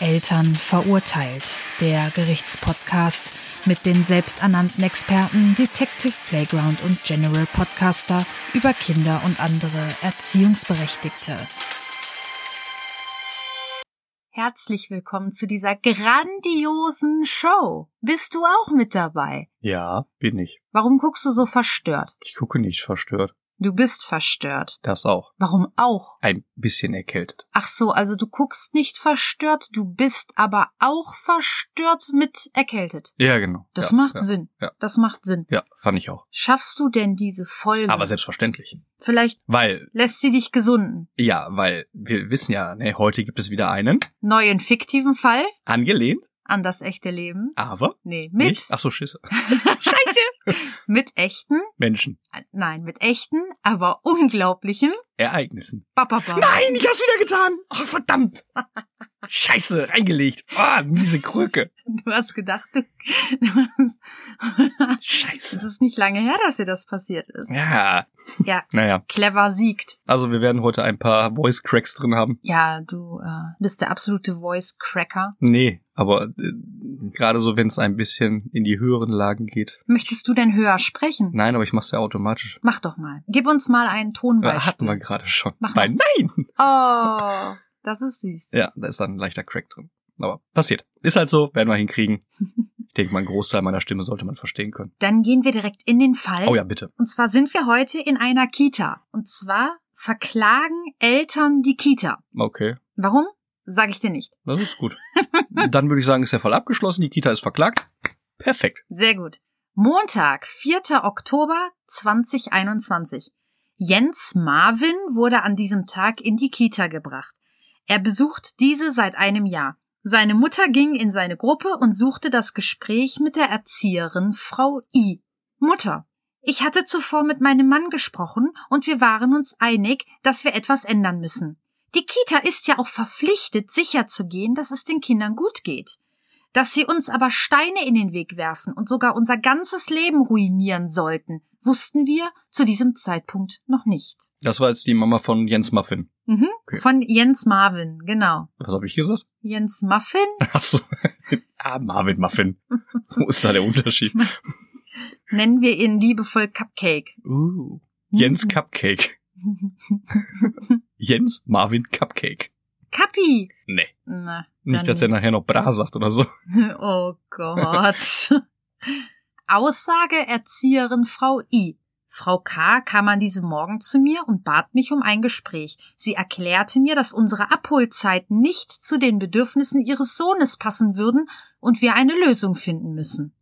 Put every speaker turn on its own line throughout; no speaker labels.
Eltern verurteilt. Der Gerichtspodcast mit den selbsternannten Experten Detective Playground und General Podcaster über Kinder und andere Erziehungsberechtigte. Herzlich willkommen zu dieser grandiosen Show. Bist du auch mit dabei?
Ja, bin ich.
Warum guckst du so verstört?
Ich gucke nicht verstört.
Du bist verstört.
Das auch.
Warum auch?
Ein bisschen erkältet.
Ach so, also du guckst nicht verstört, du bist aber auch verstört mit erkältet.
Ja, genau.
Das
ja,
macht
ja,
Sinn.
ja.
Das macht Sinn.
Ja, fand ich auch.
Schaffst du denn diese Folge?
Aber selbstverständlich.
Vielleicht
Weil,
lässt sie dich gesunden.
ja, weil wir wissen ja, ne, heute gibt es wieder einen.
Neuen fiktiven Fall
Angelehnt,
an das echte Leben.
aber
Nee, mit.
Ah, nicht. Ach so, Schisse.
Mit echten.
Menschen.
Nein, mit echten, aber unglaublichen.
Ereignissen.
Bababa.
Nein, ich hab's wieder getan. Oh, verdammt. Scheiße, reingelegt. Ah, miese Krücke.
Du hast gedacht, du, du hast, es
Scheiße.
ist nicht lange her, dass dir das passiert ist.
Ja.
Ja.
Naja,
Clever siegt.
also wir werden heute ein paar Voice Cracks drin haben.
Ja, du äh, bist der absolute Voice Cracker.
Nee, aber äh, gerade so, wenn es ein bisschen in die höheren Lagen geht,
Möchtest du denn höher sprechen?
Nein, aber ich mach's ja automatisch.
Mach doch mal. Gib uns mal einen
Äh,
Tonbeispiel.
hatten wir gerade schon.
Mach
Bei Nein!
Oh, das ist süß.
Ja, da ist dann ein leichter Crack drin. Aber passiert. Ist halt so, werden wir hinkriegen. Ich denke mal, einen Großteil meiner Stimme sollte man verstehen können.
Dann gehen wir direkt in den Fall.
Oh ja, bitte.
Und zwar sind wir heute in einer Kita. Und zwar verklagen Eltern die Kita.
Okay,
Warum? Sag ich dir nicht.
das ist gut. Dann würde ich sagen, ist der Fall abgeschlossen, die Kita ist verklagt. Perfekt.
Sehr gut. Montag, 4. Oktober 2021. Jens Marvin wurde an diesem Tag in die Kita gebracht. Er besucht diese seit einem Jahr. Seine Mutter ging in seine Gruppe und suchte das Gespräch mit der Erzieherin Frau I. Mutter. Ich hatte zuvor mit meinem Mann gesprochen und wir waren uns einig, dass wir etwas ändern müssen. Die Kita ist ja auch verpflichtet, sicherzugehen, dass es den Kindern gut geht dass sie uns aber Steine in den Weg werfen und sogar unser ganzes Leben ruinieren sollten, wussten wir zu diesem Zeitpunkt noch nicht.
Das war jetzt die Mama von Jens Muffin.
Mhm.
Okay.
Von Jens Marvin, genau.
Was habe ich gesagt?
Jens Muffin?
Ach so. Ah, Marvin Muffin. Wo ist da der Unterschied?
Nennen wir ihn liebevoll Cupcake.
Uh. Jens Cupcake. Jens Marvin Cupcake.
Kappi!
Nee.
Na,
Nicht,
dann
dass er nachher noch Bra sagt oder so.
Oh Gott. Aussage Erzieherin Frau I. Frau K. kam an diesem Morgen zu mir und bat mich um ein Gespräch. Sie erklärte mir, dass unsere Abholzeiten nicht zu den Bedürfnissen ihres Sohnes passen würden und wir eine Lösung finden müssen.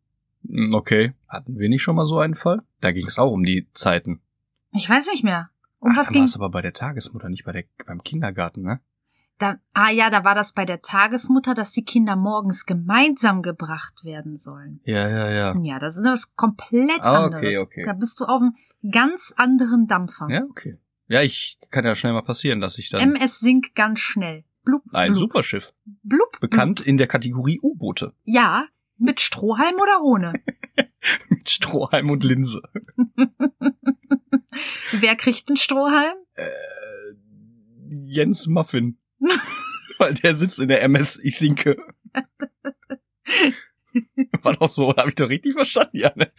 Hm, Okay. Hatten wir nicht schon mal so einen Fall? Da ging es auch um die Zeiten.
Ich weiß nicht mehr. Um was
dann
ging?
war's aber bei der Tagesmutter, nicht bei der, beim Kindergarten, ne?
Da, ah ja, da war das bei der Tagesmutter, dass die Kinder morgens gemeinsam gebracht werden sollen.
Ja, ja, ja.
Ja, das ist was komplett
Ah, okay,
anderes.
okay.
Da bist du auf einem ganz anderen Dampfer.
Ja, okay. Ja, ich kann ja schnell mal passieren, dass ich dann
MS sinkt ganz schnell. Blub,
ein
blub,
Superschiff,
blub, blub.
bekannt in der Kategorie U-Boote,
Ja, mit Strohhalm oder ohne?
mit Strohhalm und Linse.
Wer kriegt einen Strohhalm?
Äh, Jens Muffin. Weil der sitzt in der MS, ich sinke. War doch so, habe ich doch richtig verstanden, ja, ne?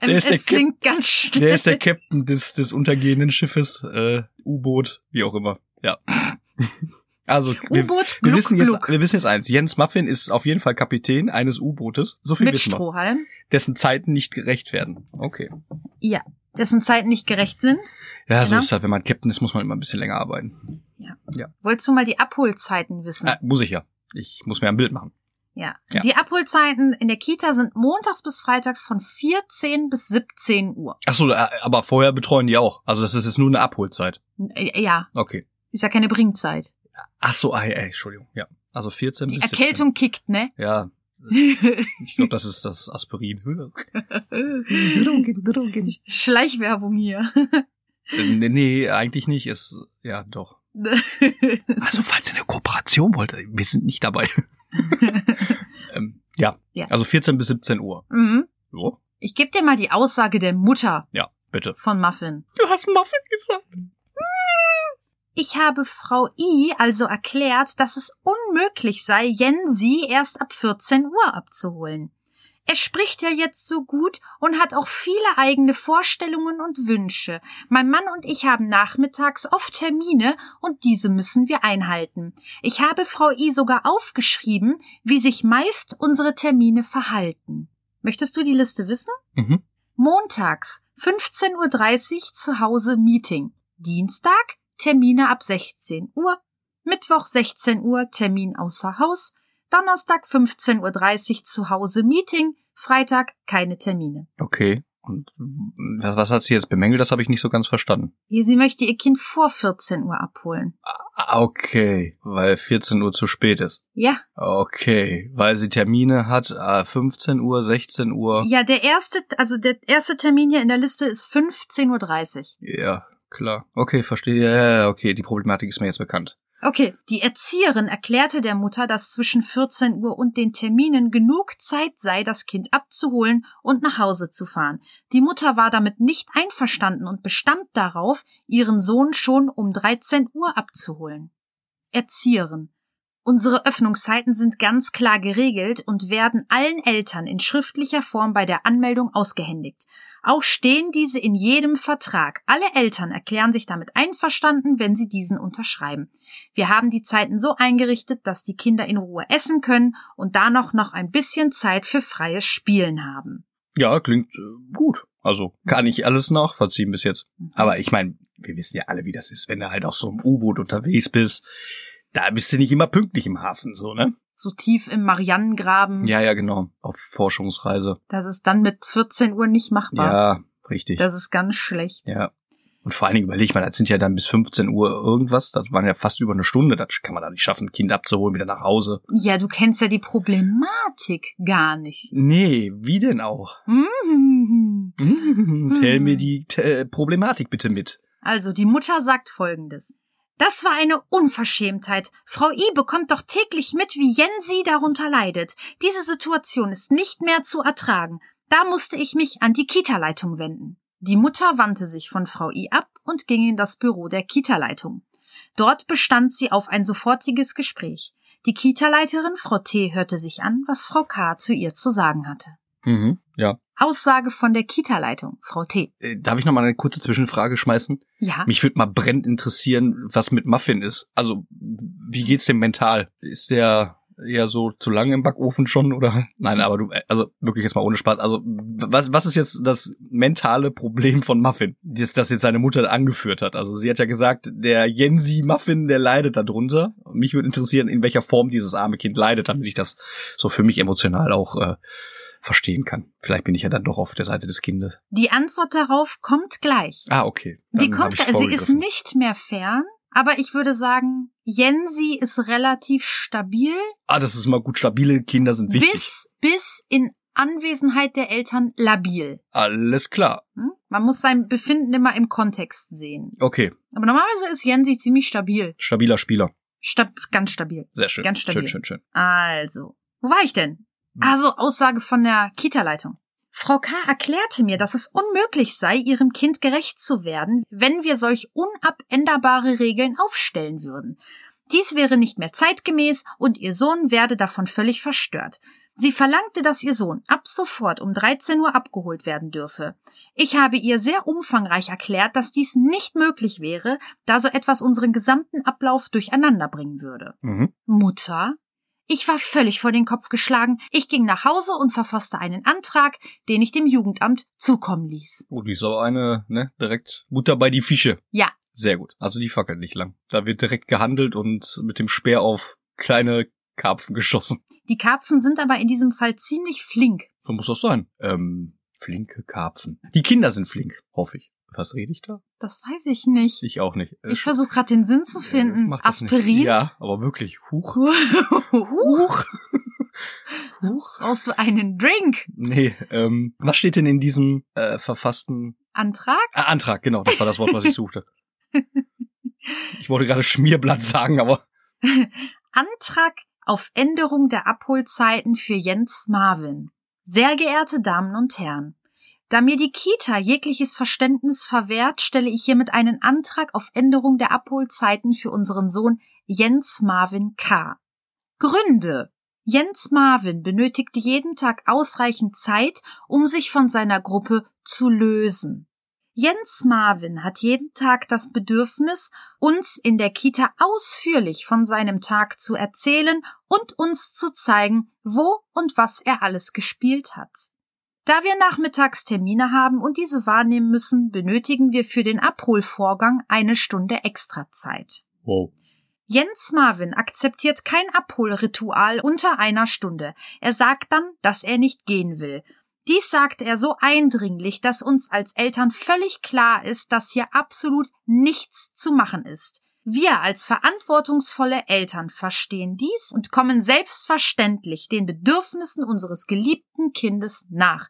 MS
ist der Kipp-
sinkt ganz schnell.
Der ist der Captain des, des untergehenden Schiffes, äh, U-Boot, wie auch immer. Ja. Also, wir,
U-Boot,
wir,
gluck,
wissen jetzt,
gluck.
wir wissen jetzt eins. Jens Muffin ist auf jeden Fall Kapitän eines U-Bootes. So viel
Mit
wissen wir.
Strohhalm,
Dessen Zeiten nicht gerecht werden. Okay.
dessen Zeiten nicht gerecht sind.
Ja, so
Genau.
ist halt, wenn man Captain ist, muss man immer ein bisschen länger arbeiten.
Wolltest du mal die Abholzeiten wissen?
Ah, muss ich ja. Ich muss mir ein Bild machen.
ja.
ja.
Die Abholzeiten in der Kita sind montags bis freitags von 14 bis 17 Uhr.
Ach so, äh, aber vorher betreuen die auch. Also das ist jetzt nur eine Abholzeit.
Äh, Ja,
Okay.
ist ja keine Bringzeit.
Ach so, ah, ja, Entschuldigung. Ja. Also 14
Die
bis 17.
Erkältung kickt, ne?
Ja, ich glaube, das ist das Aspirin. Drogen, Drogen.
Schleichwerbung hier.
Nee, Äh, nee, eigentlich nicht. Ist ja doch. Also falls ihr eine Kooperation wollt, äh, wir sind nicht dabei. ähm, ja.
Ja.
also 14 bis 17 Uhr.
mhm.
Jo,
Ich gebe dir mal die Aussage der Mutter
ja, bitte.
von Muffin.
Du hast Muffin gesagt.
Ich habe Frau I also erklärt, dass es möglich sei, Jensi erst ab 14 Uhr abzuholen. Er spricht ja jetzt so gut und hat auch viele eigene Vorstellungen und Wünsche. Mein Mann und ich haben nachmittags oft Termine und diese müssen wir einhalten. Ich habe Frau I sogar aufgeschrieben, wie sich meist unsere Termine verhalten. Möchtest du die Liste wissen?
Mhm.
Montags 15.30 Uhr zu Hause Meeting. Dienstag Termine ab 16 Uhr. Mittwoch 16 Uhr Termin außer Haus. Donnerstag 15.30 Uhr zu Hause Meeting, Freitag keine Termine.
Okay. Und was, was hat sie jetzt bemängelt? Das habe ich nicht so ganz verstanden.
Sie möchte ihr Kind vor 14 Uhr abholen.
Ah, Okay, weil 14 Uhr zu spät ist.
Ja,
Okay, weil sie Termine hat, äh, 15 Uhr, 16 Uhr.
ja, der erste, also der erste Termin hier in der Liste ist 15.30 Uhr.
Ja, klar. Okay, verstehe. Ja, ja, ja, okay, die Problematik ist mir jetzt bekannt.
Okay, die Erzieherin erklärte der Mutter, dass zwischen 14 Uhr und den Terminen genug Zeit sei, das Kind abzuholen und nach Hause zu fahren. Die Mutter war damit nicht einverstanden und bestand darauf, ihren Sohn schon um 13 Uhr abzuholen. Erzieherin. Unsere Öffnungszeiten sind ganz klar geregelt und werden allen Eltern in schriftlicher Form bei der Anmeldung ausgehändigt. Auch stehen diese in jedem Vertrag. Alle Eltern erklären sich damit einverstanden, wenn sie diesen unterschreiben. Wir haben die Zeiten so eingerichtet, dass die Kinder in Ruhe essen können und danach noch ein bisschen Zeit für freies Spielen haben.
Ja, klingt äh, gut. Also kann ich alles nachvollziehen bis jetzt.
Mhm.
Aber ich meine, wir wissen ja alle, wie das ist, wenn du halt auf so einem U-Boot unterwegs bist. Da bist du nicht immer pünktlich im Hafen, so, ne?
So tief im Marianengraben,
Ja, ja, genau. Auf Forschungsreise.
das ist dann mit 14 Uhr nicht machbar.
Ja, richtig.
Das ist ganz schlecht.
Ja. Und vor allen Dingen überleg mal, das sind ja dann bis 15 Uhr irgendwas. Das waren ja fast über eine Stunde. Das kann man da nicht schaffen, ein Kind abzuholen, wieder nach Hause.
Ja, du kennst ja die Problematik gar nicht.
Nee, wie denn auch?
Mhm.
Mhm, Tell
Mhm.
mir die äh, Problematik bitte mit.
Also, die Mutter sagt folgendes. Das war eine Unverschämtheit. Frau I bekommt doch täglich mit, wie Jensi darunter leidet. Diese Situation ist nicht mehr zu ertragen. Da musste ich mich an die Kita-Leitung wenden. Die Mutter wandte sich von Frau I ab und ging in das Büro der Kita-Leitung. Dort bestand sie auf ein sofortiges Gespräch. Die Kita-Leiterin Frau T hörte sich an, was Frau K zu ihr zu sagen hatte.
Mhm, ja.
Aussage von der Kita-Leitung, Frau T.
Äh, darf ich noch mal eine kurze Zwischenfrage schmeißen?
Ja.
Mich würde mal brennend interessieren, was mit Muffin ist. Also, wie geht's dem mental? Ist der eher so zu lange im Backofen schon oder? Nein, aber du, also wirklich jetzt mal ohne Spaß. Also, was, was ist jetzt das mentale Problem von Muffin, das, das jetzt seine Mutter angeführt hat? Also, sie hat ja gesagt, der Jensi Muffin, der leidet darunter. Mich würde interessieren, in welcher Form dieses arme Kind leidet, damit ich das so für mich emotional auch äh, verstehen kann. Vielleicht bin ich ja dann doch auf der Seite des Kindes.
Die Antwort darauf kommt gleich.
Ah, okay.
Die
Dann hab
kommt,
ich
sie ist
vorgegriffen.
nicht mehr fern, aber ich würde sagen, Jensi ist relativ stabil,
Ah, das ist mal gut. Stabile Kinder sind wichtig.
bis, bis in Anwesenheit der Eltern labil.
Alles klar.
Hm? Man muss sein Befinden immer im Kontext sehen.
Okay.
Aber normalerweise ist Jensi ziemlich stabil.
Stabiler Spieler.
Stab ganz stabil.
Sehr schön.
Ganz stabil.
Schön, schön, schön.
Also, wo war ich denn? Also, Aussage von der Kita-Leitung. Frau K. erklärte mir, dass es unmöglich sei, ihrem Kind gerecht zu werden, wenn wir solch unabänderbare Regeln aufstellen würden. Dies wäre nicht mehr zeitgemäß und ihr Sohn werde davon völlig verstört. Sie verlangte, dass ihr Sohn ab sofort um 13 Uhr abgeholt werden dürfe. Ich habe ihr sehr umfangreich erklärt, dass dies nicht möglich wäre, da so etwas unseren gesamten Ablauf durcheinander bringen würde.
Mhm.
Mutter? Ich war völlig vor den Kopf geschlagen. Ich ging nach Hause und verfasste einen Antrag, den ich dem Jugendamt zukommen ließ.
Oh, die ist aber eine, ne, direkt Mutter bei die Fische.
Ja.
Sehr gut. Also die fackelt nicht lang. Da wird direkt gehandelt und mit dem Speer auf kleine Karpfen geschossen.
Die Karpfen sind aber in diesem Fall ziemlich flink.
So muss das sein. Ähm, flinke Karpfen. Die Kinder sind flink, hoffe ich. Was rede ich da?
Das weiß ich nicht.
Ich auch nicht. Äh,
Ich versuche gerade den Sinn zu
äh,
finden.
mach das nicht.
Aspirin?
Ja, aber wirklich. Huch.
Huch.
Huch. Huch.
Brauchst du einen Drink?
Nee, ähm, was steht denn in diesem äh, verfassten
Antrag?
Ah, Antrag, genau, das war das Wort, was ich suchte. Ich wollte gerade Schmierblatt sagen, aber
Antrag auf Änderung der Abholzeiten für Jens Marvin. Sehr geehrte Damen und Herren, da mir die Kita jegliches Verständnis verwehrt, stelle ich hiermit einen Antrag auf Änderung der Abholzeiten für unseren Sohn Jens Marvin K. Gründe. Jens Marvin benötigte jeden Tag ausreichend Zeit, um sich von seiner Gruppe zu lösen. Jens Marvin hat jeden Tag das Bedürfnis, uns in der Kita ausführlich von seinem Tag zu erzählen und uns zu zeigen, wo und was er alles gespielt hat. Da wir nachmittags Termine haben und diese wahrnehmen müssen, benötigen wir für den Abholvorgang eine Stunde extra Zeit.
Wow.
Jens Marvin akzeptiert kein Abholritual unter einer Stunde. Er sagt dann, dass er nicht gehen will. Dies sagt er so eindringlich, dass uns als Eltern völlig klar ist, dass hier absolut nichts zu machen ist. Wir als verantwortungsvolle Eltern verstehen dies und kommen selbstverständlich den Bedürfnissen unseres geliebten Kindes nach.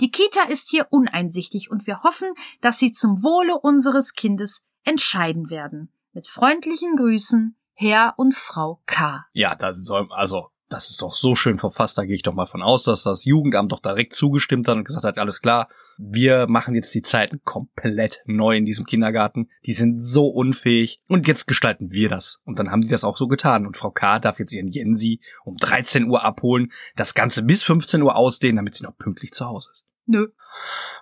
Die Kita ist hier uneinsichtig und wir hoffen, dass sie zum Wohle unseres Kindes entscheiden werden. Mit freundlichen Grüßen, Herr und Frau K.
Ja, das soll, also, das ist doch so schön verfasst, da gehe ich doch mal von aus, dass das Jugendamt doch direkt zugestimmt hat und gesagt hat, alles klar, wir machen jetzt die Zeiten komplett neu in diesem Kindergarten, die sind so unfähig und jetzt gestalten wir das. Und dann haben die das auch so getan und Frau K. darf jetzt ihren Jensi um 13 Uhr abholen, das Ganze bis 15 Uhr ausdehnen, damit sie noch pünktlich zu Hause ist.
Nö.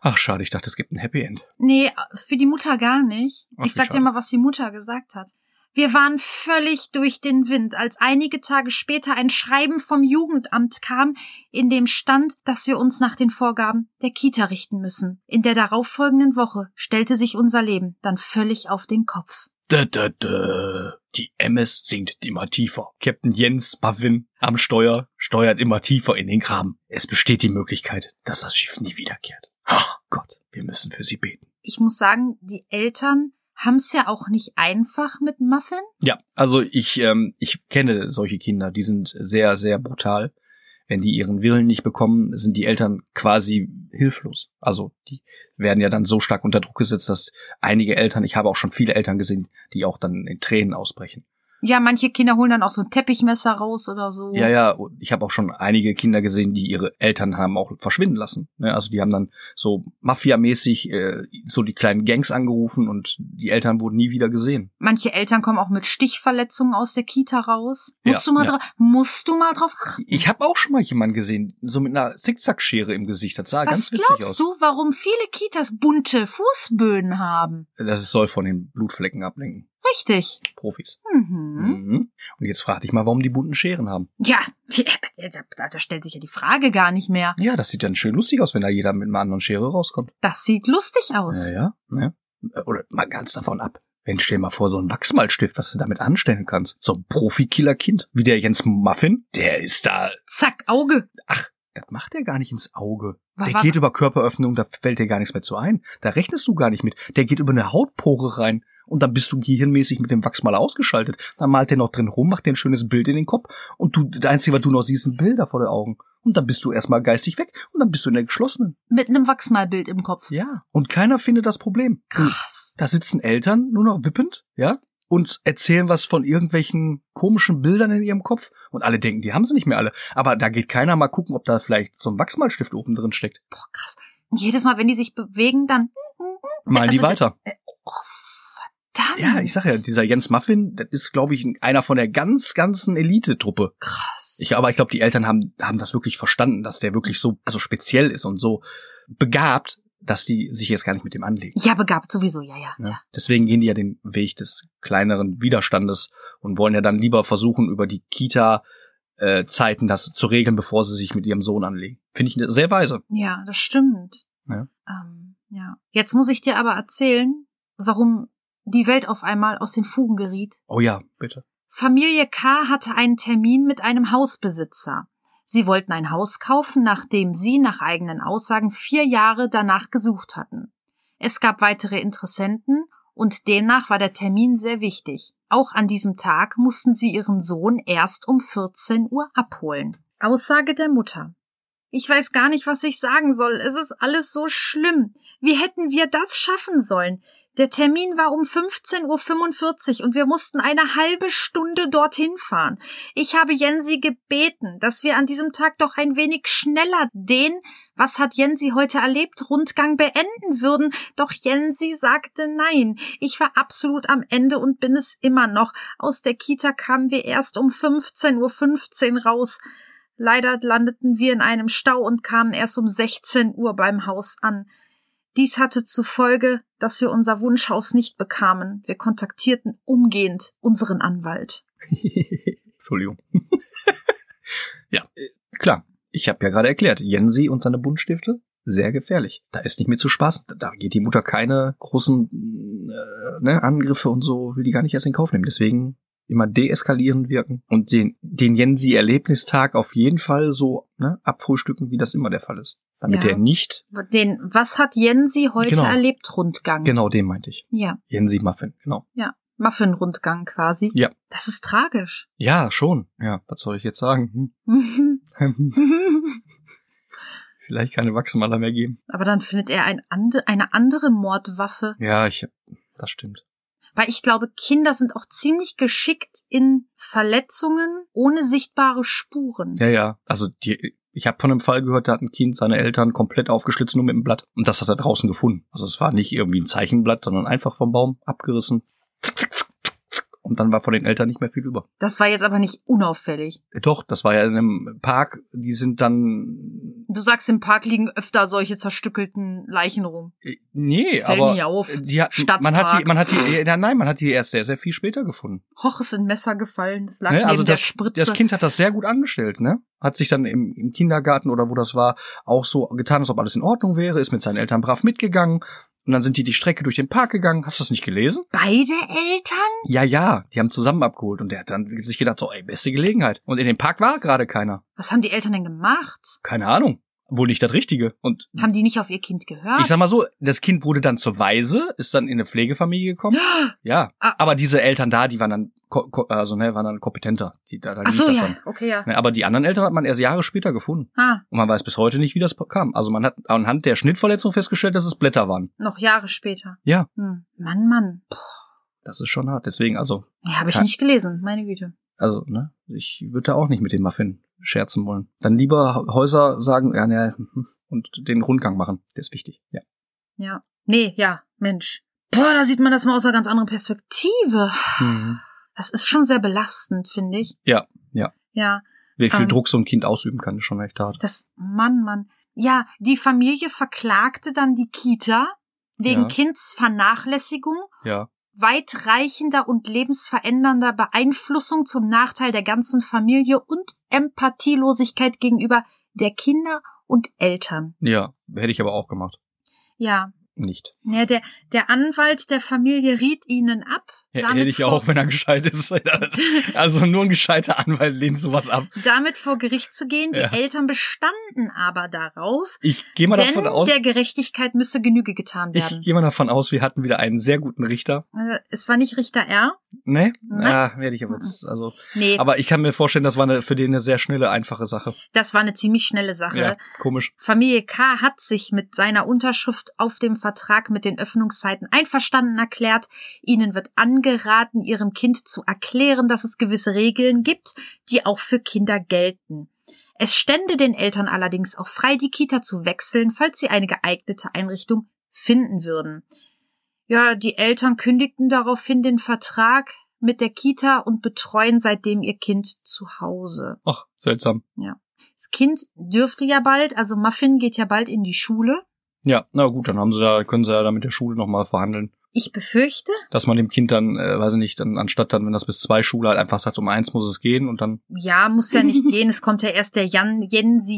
Ach schade, ich dachte, es gibt ein Happy End.
Nee, für die Mutter gar nicht.
Ach, wie
ich sag dir
schade.
mal, was die Mutter gesagt hat. Wir waren völlig durch den Wind, als einige Tage später ein Schreiben vom Jugendamt kam, in dem stand, dass wir uns nach den Vorgaben der Kita richten müssen. In der darauffolgenden Woche stellte sich unser Leben dann völlig auf den Kopf.
Da, da, da. Die MS sinkt immer tiefer. Captain Jens Muffin am Steuer steuert immer tiefer in den Graben. Es besteht die Möglichkeit, dass das Schiff nie wiederkehrt. Ach Gott, wir müssen für sie beten.
Ich muss sagen, die Eltern haben's ja auch nicht einfach mit Muffin.
Ja, also ich, ähm, ich kenne solche Kinder, die sind sehr, sehr brutal. Wenn die ihren Willen nicht bekommen, sind die Eltern quasi hilflos. Also die werden ja dann so stark unter Druck gesetzt, dass einige Eltern, ich habe auch schon viele Eltern gesehen, die auch dann in Tränen ausbrechen.
Ja, manche Kinder holen dann auch so ein Teppichmesser raus oder so.
Ja, ja, und ich habe auch schon einige Kinder gesehen, die ihre Eltern haben auch verschwinden lassen. ne? Also die haben dann so mafiamäßig äh, so die kleinen Gangs angerufen und die Eltern wurden nie wieder gesehen.
Manche Eltern kommen auch mit Stichverletzungen aus der Kita raus.
Ja,
Musst du mal
ja.
drauf, musst du mal drauf achten.
Ich habe auch schon mal jemanden gesehen, so mit einer Zickzackschere im Gesicht. Das sah
Was
ganz witzig
glaubst
aus.
du, warum viele Kitas bunte Fußböden haben?
Das soll von den Blutflecken ablenken.
Richtig.
Profis.
Mhm.
Mhm. Und jetzt frag dich mal, warum die bunten Scheren haben.
Ja, da, da- da stellt sich ja die Frage gar nicht mehr.
Ja, das sieht dann schön lustig aus, wenn da jeder mit einer anderen Schere rauskommt.
Das sieht lustig aus.
Ja, ja. Ne? Oder mal ganz davon ab. Wenn stell mal vor, so ein Wachsmalstift, was du damit anstellen kannst. So ein Profikiller-Kind, wie der Jens Muffin, der ist da,
Zack, Auge.
das macht er gar nicht ins Auge.
Wa-
Der
wa-
geht über Körperöffnung, da fällt dir gar nichts mehr zu ein. Da rechnest du gar nicht mit. Der geht über eine Hautpore rein. Und dann bist du gehirnmäßig mit dem Wachsmaler ausgeschaltet. Dann malt der noch drin rum, macht dir ein schönes Bild in den Kopf. Und du, das Einzige, was du noch siehst, sind Bilder vor den Augen. Und dann bist du erstmal geistig weg. Und dann bist du in der geschlossenen.
mit einem Wachsmalbild im Kopf.
Ja. Und keiner findet das Problem.
Krass.
Da sitzen Eltern nur noch wippend, ja, und erzählen was von irgendwelchen komischen Bildern in ihrem Kopf. Und alle denken, die haben sie nicht mehr alle. Aber da geht keiner mal gucken, ob da vielleicht so ein Wachsmalstift oben drin steckt.
Boah, krass. Und jedes Mal, wenn die sich bewegen, dann.
Malen die
Also,
weiter.
Oh, verdammt.
Ja, ich sag ja, dieser Jens Muffin, das ist, glaube ich, einer von der ganz, ganzen Elite-Truppe.
Krass.
Ich, aber ich glaube, die Eltern haben, haben das wirklich verstanden, dass der wirklich so, also speziell ist und so begabt, dass die sich jetzt gar nicht mit dem anlegen.
ja, begabt sowieso, ja, ja.
Ne? Deswegen gehen die ja den Weg des kleineren Widerstandes und wollen ja dann lieber versuchen, über die Kita-Zeiten das zu regeln, bevor sie sich mit ihrem Sohn anlegen. Finde ich sehr weise.
Ja, das stimmt.
Ja.
Ähm, ja. Jetzt muss ich dir aber erzählen, warum die Welt auf einmal aus den Fugen geriet.
Oh ja, bitte.
Familie K. hatte einen Termin mit einem Hausbesitzer. Sie wollten ein Haus kaufen, nachdem sie nach eigenen Aussagen vier Jahre danach gesucht hatten. Es gab weitere Interessenten und demnach war der Termin sehr wichtig. Auch an diesem Tag mussten sie ihren Sohn erst um 14 Uhr abholen. Aussage der Mutter. Ich weiß gar nicht, was ich sagen soll. Es ist alles so schlimm. Wie hätten wir das schaffen sollen? Der Termin war um 15.45 Uhr und wir mussten eine halbe Stunde dorthin fahren. Ich habe Jensi gebeten, dass wir an diesem Tag doch ein wenig schneller den, was hat Jensi heute erlebt, Rundgang beenden würden, doch Jensi sagte nein. Ich war absolut am Ende und bin es immer noch. Aus der Kita kamen wir erst um 15.15 Uhr raus. Leider landeten wir in einem Stau und kamen erst um 16 Uhr beim Haus an. Dies hatte zur Folge, dass wir unser Wunschhaus nicht bekamen. Wir kontaktierten umgehend unseren Anwalt.
Entschuldigung. ja, äh, klar. Ich habe ja gerade erklärt, Jensi und seine Buntstifte, sehr gefährlich. Da ist nicht mehr zu Spaß. Da geht die Mutter keine großen äh, ne, Angriffe und so, will die gar nicht erst in Kauf nehmen. Deswegen immer deeskalierend wirken und den, den Jensi-Erlebnistag auf jeden Fall so ne, abfrühstücken, wie das immer der Fall ist. Damit
Ja.
er nicht
Den Was hat Jensi heute
Genau.
erlebt Rundgang.
Genau, den meinte ich.
Ja,
Jensi Muffin, genau.
Muffin-Rundgang quasi.
Ja.
Das ist tragisch.
Ja, schon. Ja, was soll ich jetzt sagen? Hm. Vielleicht keine Wachsmaler mehr geben.
Aber dann findet er ein ande, eine andere Mordwaffe.
Ja, ich, das stimmt.
Weil ich glaube, Kinder sind auch ziemlich geschickt in Verletzungen ohne sichtbare Spuren.
Ja, ja. Also die, ich habe von einem Fall gehört, da hat ein Kind seine Eltern komplett aufgeschlitzt, nur mit dem Blatt. Und das hat er draußen gefunden. Also es war nicht irgendwie ein Zeichenblatt, sondern einfach vom Baum abgerissen. Zick, zick, zick, zick, zick. Und dann war von den Eltern nicht mehr viel über. Äh,
Das war jetzt aber nicht unauffällig.
Doch, das war ja in einem Park. Die sind dann.
Du sagst, im Park liegen öfter solche zerstückelten Leichen rum.
Äh, Nee,
Fällt
aber.
mir auf.
Die hat, man hat die,
Stadtpark.
man hat die, ja, nein, man hat die erst sehr, sehr viel später gefunden.
Hoch ist in Messer gefallen. Das lag
Ne,
neben
also
der
das,
Spritze.
das Kind hat das sehr gut angestellt, ne? Hat sich dann im, im Kindergarten oder wo das war auch so getan, als ob alles in Ordnung wäre, ist mit seinen Eltern brav mitgegangen und dann sind die die Strecke durch den Park gegangen. Hast du das nicht gelesen?
Beide Eltern?
Ja, ja, die haben zusammen abgeholt und der hat dann sich gedacht, so, ey, beste Gelegenheit. Und in dem Park war gerade keiner.
Was haben die Eltern denn gemacht?
Keine Ahnung. Wohl nicht das Richtige. Und
Haben die nicht auf ihr Kind gehört?
Hm. ich sag mal so, das Kind wurde dann zur Waise, ist dann in eine Pflegefamilie gekommen. Ja,
Ah.
aber diese Eltern da, die waren dann, ko- ko- also ne, waren dann kompetenter. Die, da, da
Ach
lief
so,
das
ja.
dann.
Okay, ja.
Ne, Aber die anderen Eltern hat man erst Jahre später gefunden.
Ah,
Und man weiß bis heute nicht, wie das kam. Also man hat anhand der Schnittverletzung festgestellt, dass es Blätter waren.
noch Jahre später.
Ja.
Hm. Mann, Mann. Puh.
Das ist schon hart. Deswegen, also,
Ja, habe ich
Kann-
nicht gelesen. Meine Güte.
also, ne, ich würde da auch nicht mit dem Muffin scherzen wollen. Dann lieber Häuser sagen, ja, ne, und den Rundgang machen. Der ist wichtig. Ja.
Ja. Nee, ja, Mensch. Boah, da sieht man das mal aus einer ganz anderen Perspektive. Mhm. Das ist schon sehr belastend, finde ich.
Ja, ja.
Ja,
Wie viel
Ähm.
Druck so ein Kind ausüben kann, ist schon echt hart.
das, Mann, Mann. Ja, die Familie verklagte dann die Kita wegen
Ja.
Kindsvernachlässigung,
Ja.
weitreichender und lebensverändernder Beeinflussung zum Nachteil der ganzen Familie und Empathielosigkeit gegenüber der Kinder und Eltern.
Ja. Hätte ich aber auch gemacht.
Ja,
Nicht.
ja der, der Anwalt der Familie riet ihnen ab.
H
damit
hätte ich
vor-
auch, wenn er gescheit ist. Also nur ein gescheiter Anwalt lehnt sowas ab.
damit vor Gericht zu gehen. Die
Ja.
Eltern bestanden aber darauf,
Ich gehe mal davon
denn
aus,
der Gerechtigkeit müsse Genüge getan
Ich
werden.
gehe mal davon aus, wir hatten wieder einen sehr guten Richter.
Äh, es war nicht Richter R.
Ne?
Nein.
Ah, werde ich aber jetzt,
Mhm.
also.
Nee,
Aber ich kann mir vorstellen, das war eine, für den eine sehr schnelle, einfache Sache.
das war eine ziemlich schnelle Sache.
Ja, komisch.
Familie K. hat sich mit seiner Unterschrift auf dem Vertrag mit den Öffnungszeiten einverstanden erklärt. Ihnen wird angeraten, ihrem Kind zu erklären, dass es gewisse Regeln gibt, die auch für Kinder gelten. Es stände den Eltern allerdings auch frei, die Kita zu wechseln, falls sie eine geeignete Einrichtung finden würden. Ja, die Eltern kündigten daraufhin den Vertrag mit der Kita und betreuen seitdem ihr Kind zu Hause.
Ach, seltsam.
Das Kind dürfte ja bald, also Muffin geht ja bald in die Schule.
Ja, na gut, dann haben sie da, können sie ja da mit der Schule nochmal verhandeln.
Ich befürchte,
Dass man dem Kind dann, äh, weiß ich nicht, dann anstatt dann, wenn das bis zwei Schule halt einfach sagt, um eins muss es gehen und dann.
ja, muss ja nicht gehen. Es kommt ja erst der Jan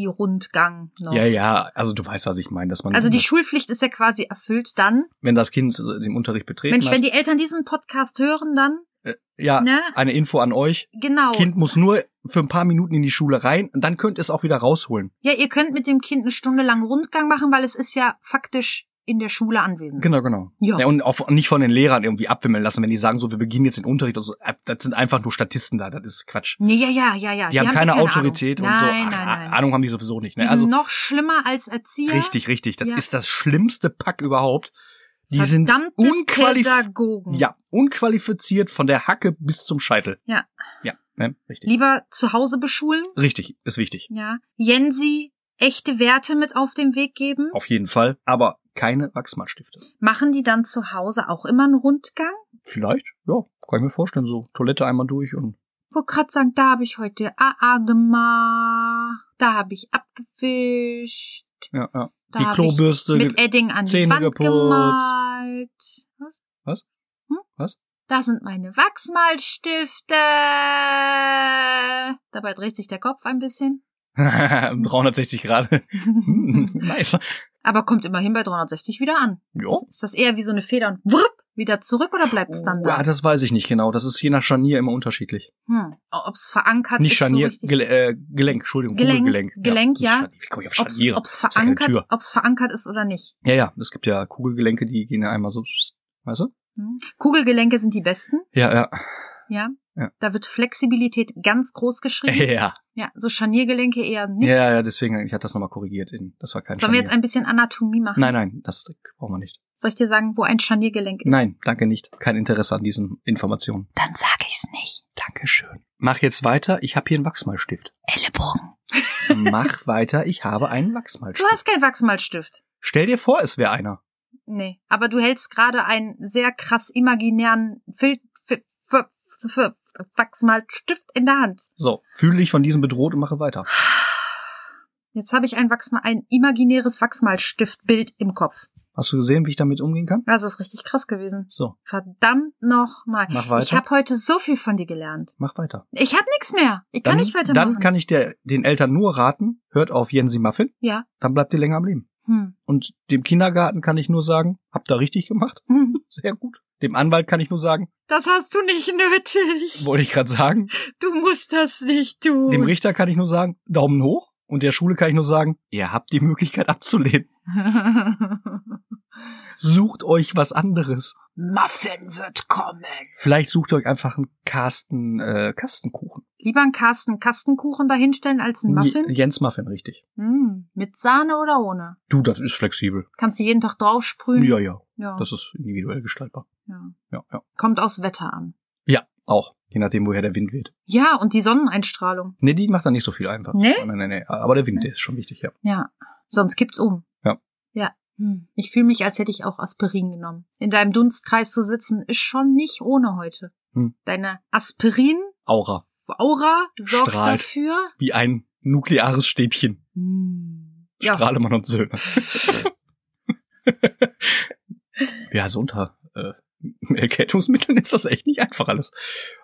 Jensi-Rundgang. noch.
Ja, ja, also du weißt, was ich meine, dass man,
Also die Schulpflicht ist ja quasi erfüllt dann.
wenn das Kind äh, den Unterricht betreten
Mensch, wenn
hat.
die Eltern diesen Podcast hören, dann,
Ja,
ne?
eine Info an euch.
Genau.
Kind muss nur für ein paar Minuten in die Schule rein und dann könnt ihr es auch wieder rausholen.
ja, ihr könnt mit dem Kind eine Stunde lang Rundgang machen, weil es ist ja faktisch in der Schule anwesend.
Genau, genau.
Ja.
Ja, und auch nicht von den Lehrern irgendwie abwimmeln lassen, wenn die sagen, so, wir beginnen jetzt den Unterricht. Also, das sind einfach nur Statisten da, das ist Quatsch.
Nee, ja, ja, ja, ja.
Die, haben,
ja
keine, Autorität
Ahnung.
und so.
Nein,
Ach,
nein, nein.
Ahnung haben die sowieso nicht.
Die
Ne?
sind
Also,
noch schlimmer als Erzieher.
richtig, richtig. Das
Ja.
ist das schlimmste Pack überhaupt. Die sind
Verdammte
unqualifiziert.
Pädagogen.
Ja, unqualifiziert von der Hacke bis zum Scheitel.
Ja.
Ja, ne? richtig.
Lieber zu Hause beschulen.
Richtig, ist wichtig.
Ja. Jensi echte Werte mit auf den Weg geben.
Auf jeden Fall. Aber keine Wachsmalstifte.
Machen die dann zu Hause auch immer einen Rundgang?
Vielleicht, ja, kann ich mir vorstellen. So Toilette einmal durch und
Wo grad sagen, da habe ich heute AA gemacht, da habe ich abgewischt,
ja, ja.
da
die
habe ich
Klobürste.
mit Edding an die
Zähne
Wand
geputzt.
gemalt. Was?
Was?
Hm?
Was?
Da sind meine Wachsmalstifte. Dabei dreht sich der Kopf ein bisschen.
um 360 Grad. nice.
Aber kommt immerhin bei 360 wieder an.
Ja.
Ist das eher wie so eine Feder und wurp, wieder zurück oder bleibt's dann
Ja,
da?
Ah, das weiß ich nicht genau. Das ist je nach Scharnier immer unterschiedlich.
Hm. Ob's verankert
nicht
ist
Scharnier,
so richtig.
Gel äh, Gelenk, Entschuldigung,
Gelenk,
Kugelgelenk.
Gelenk, ja.
Nicht Scharnier. Wie komme ich
ob's,
auf Scharniere?
ob's
ja keine
verankert,
Tür.
ob's verankert ist oder nicht.
Ja, ja, es gibt ja Kugelgelenke, die gehen ja einmal so, weißt du?
Hm. Kugelgelenke sind die besten,
Ja, ja.
ja.
Ja.
Da wird Flexibilität ganz groß geschrieben.
Ja,
ja, so Scharniergelenke eher nicht.
ja, ja, deswegen, ich hatte das nochmal korrigiert. In, das war kein
Sollen wir
Scharnier.
jetzt ein bisschen Anatomie machen?
nein, nein, das brauchen wir nicht.
Soll ich dir sagen, wo ein Scharniergelenk ist?
Nein, danke nicht. Kein Interesse an diesen Informationen.
Dann sage ich's nicht.
Dankeschön. Mach jetzt weiter, ich habe hier einen Wachsmalstift.
Ellenbogen.
Mach weiter, ich habe einen
Du
Wachsmalstift.
hast keinen Wachsmalstift.
Stell dir vor, es wäre einer.
Nee, aber du hältst gerade einen sehr krass imaginären Fil Fil Fil Fil Wachsmalstift in der Hand.
So, fühle dich von diesem bedroht und mache weiter.
Jetzt habe ich ein, Wachsmal ein imaginäres Wachsmalstiftbild im Kopf.
Hast du gesehen, wie ich damit umgehen kann?
Das ist richtig krass gewesen.
So,
Verdammt nochmal.
mach
Ich
weiter.
habe heute so viel von dir gelernt.
Mach weiter.
Ich habe nichts mehr. Ich kann nicht weitermachen.
Dann kann ich der, den Eltern nur raten, hört auf Jensi Muffin,
ja.
dann bleibt ihr länger am Leben.
Hm.
Und dem Kindergarten kann ich nur sagen, habt ihr richtig gemacht,
Hm.
sehr gut. Dem Anwalt kann ich nur sagen,
Das hast du nicht nötig.
wollte ich gerade sagen.
Du musst das nicht tun.
Dem Richter kann ich nur sagen, Daumen hoch. Und der Schule kann ich nur sagen, ihr habt die Möglichkeit abzulehnen. Sucht euch was anderes.
Muffin wird kommen.
Vielleicht sucht ihr euch einfach einen Carsten, äh, Kastenkuchen.
Lieber einen Carsten Kastenkuchen dahinstellen als einen Muffin?
J- Jens Muffin, richtig.
Hm. Mit Sahne oder ohne?
Du, das ist flexibel.
Kannst du jeden Tag draufsprühen?
Ja, ja.
ja.
Das ist individuell gestaltbar.
ja.
Ja, ja.
Kommt aufs Wetter an.
Ja, auch. Je nachdem, woher der Wind weht.
Ja, und die Sonneneinstrahlung.
Nee, die macht da nicht so viel einfach.
Nee?
Nein, nein, nein. Aber der Wind, der ist schon wichtig, ja.
Ja, sonst kippt's um.
Ja.
Ja. Hm. Ich fühle mich, als hätte ich auch Aspirin genommen. In deinem Dunstkreis zu sitzen, ist schon nicht ohne heute.
Hm.
Deine Aspirin-Aura
Aura.
sorgt
Strahlt.
dafür.
Wie ein nukleares Stäbchen.
Hm. Ja.
Strahlemann und Söhne. ja, so unter äh, Erkältungsmitteln ist das echt nicht einfach alles.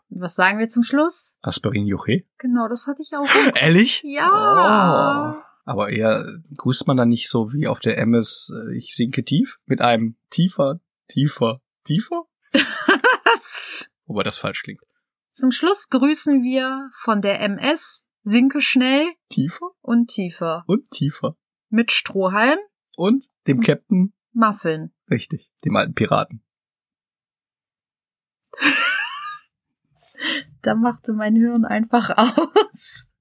Was sagen wir zum Schluss?
Aspirin Joche?
Genau, das hatte ich auch.
Ehrlich?
Ja.
Oh. Aber eher grüßt man dann nicht so wie auf der MS äh, Ich sinke tief mit einem tiefer, tiefer, tiefer?
Was?
Wobei das falsch klingt.
Zum Schluss grüßen wir von der MS Sinke schnell
Tiefer
und tiefer.
und tiefer.
Mit Strohhalm,
Und dem Captain,
Muffin.
richtig, dem alten Piraten.
Da machte mein Hirn einfach aus.